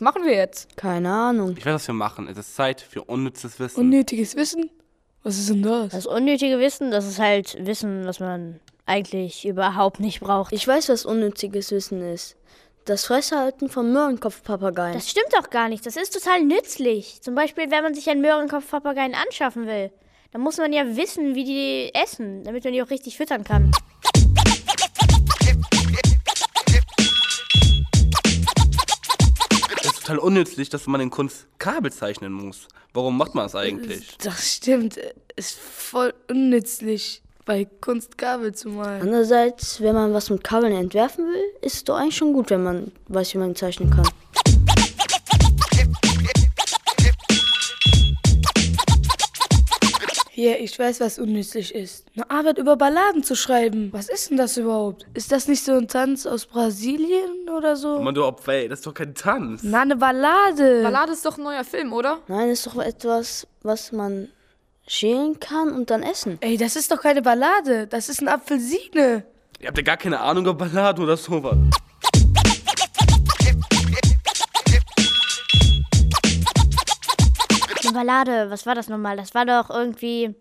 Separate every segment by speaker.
Speaker 1: machen wir jetzt?
Speaker 2: Keine Ahnung.
Speaker 3: Ich weiß, was wir machen. Es ist Zeit für unnützes Wissen.
Speaker 1: Unnötiges Wissen? Was ist denn das?
Speaker 4: Das unnötige Wissen, das ist halt Wissen, was man eigentlich überhaupt nicht braucht.
Speaker 2: Ich weiß, was unnütziges Wissen ist. Das Fresshalten von Möhrenkopfpapageien.
Speaker 4: Das stimmt doch gar nicht. Das ist total nützlich. Zum Beispiel, wenn man sich einen Möhrenkopf-Papageien anschaffen will, dann muss man ja wissen, wie die essen, damit man die auch richtig füttern kann.
Speaker 3: Es ist total unnützlich, dass man in Kunst Kabel zeichnen muss. Warum macht man das eigentlich?
Speaker 1: Das stimmt. Ist voll unnützlich, bei Kunst Gabel zu malen.
Speaker 2: Andererseits, wenn man was mit Kabeln entwerfen will, ist es doch eigentlich schon gut, wenn man weiß, wie man zeichnen kann.
Speaker 1: Hier, ich weiß, was unnützlich ist. Eine Arbeit über Balladen zu schreiben. Was ist denn das überhaupt? Ist das nicht so ein Tanz aus Brasilien oder so?
Speaker 3: Man, du Opfer, das ist doch kein Tanz.
Speaker 1: Na, eine Ballade.
Speaker 5: Ballade ist doch ein neuer Film, oder?
Speaker 2: Nein, ist doch etwas, was man schälen kann und dann essen.
Speaker 1: Ey, das ist doch keine Ballade. Das ist eine Apfelsine.
Speaker 3: Ihr habt ja gar keine Ahnung über Balladen oder sowas.
Speaker 4: Eine Ballade, was war das nochmal? Das war doch irgendwie.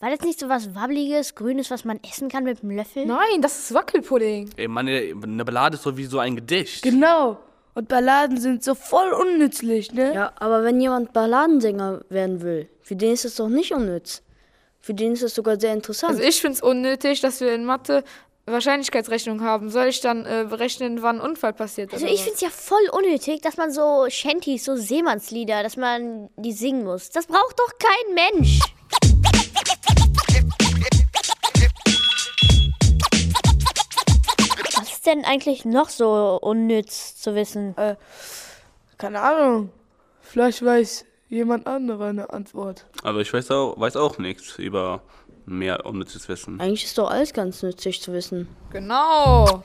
Speaker 4: War das nicht so was Wabbliges, Grünes, was man essen kann mit dem Löffel?
Speaker 5: Nein, das ist Wackelpudding.
Speaker 3: Ey, Mann, ey, eine Ballade ist doch wie so ein Gedicht.
Speaker 1: Genau. Und Balladen sind so voll unnützlich, ne?
Speaker 2: Ja, aber wenn jemand Balladensänger werden will, für den ist das doch nicht unnütz. Für den ist das sogar sehr interessant.
Speaker 5: Also ich finde es unnötig, dass wir in Mathe Wahrscheinlichkeitsrechnung haben. Soll ich dann äh, berechnen, wann ein Unfall passiert?
Speaker 4: Also
Speaker 5: oder
Speaker 4: ich
Speaker 5: was?
Speaker 4: finde es ja voll unnötig, dass man so Shanties, so Seemannslieder, dass man die singen muss. Das braucht doch kein Mensch. Was ist denn eigentlich noch so unnütz zu wissen? Äh,
Speaker 1: Keine Ahnung. Vielleicht weiß jemand anderer eine Antwort.
Speaker 3: Also ich weiß auch, weiß auch nichts über mehr unnützes Wissen.
Speaker 2: eigentlich ist doch alles ganz nützlich zu wissen.
Speaker 5: Genau.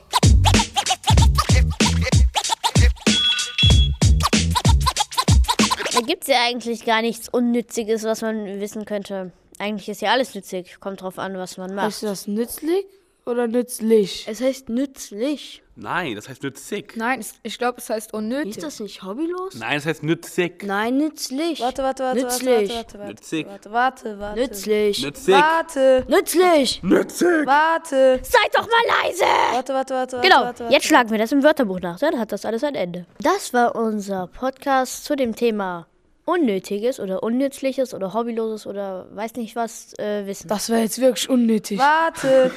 Speaker 4: Da gibt es ja eigentlich gar nichts Unnütziges, was man wissen könnte. Eigentlich ist ja alles nützig. Kommt drauf an, was man macht.
Speaker 1: Ist
Speaker 6: Also-
Speaker 1: das nützlich oder nützlich?
Speaker 2: Es heißt nützlich.
Speaker 3: Nein, das heißt nützig.
Speaker 5: Nein, es- ich glaube, es heißt
Speaker 2: Ist
Speaker 5: unnötig.
Speaker 2: das nicht hobbylos?
Speaker 3: Nein, das heißt nützig.
Speaker 2: Nein, nützlich.
Speaker 6: Warte, warte, warte, warte,
Speaker 2: Nützlich.
Speaker 6: warte, warte,
Speaker 3: Nützig.
Speaker 6: warte, warte, warte,
Speaker 2: Nützlich.
Speaker 3: Nützig.
Speaker 6: warte,
Speaker 2: Nützlich.
Speaker 3: Nützig.
Speaker 6: warte,
Speaker 4: Seid doch mal leise!
Speaker 6: warte, warte, warte,
Speaker 4: Genau,
Speaker 6: warte, warte.
Speaker 4: jetzt schlagen wir das im Wörterbuch nach, dann hat das alles ein Ende. Das war unser Podcast zu dem Thema unnötiges oder unnützliches oder hobbyloses oder weiß nicht was äh, Wissen.
Speaker 1: Das war jetzt wirklich unnötig.
Speaker 6: Warte.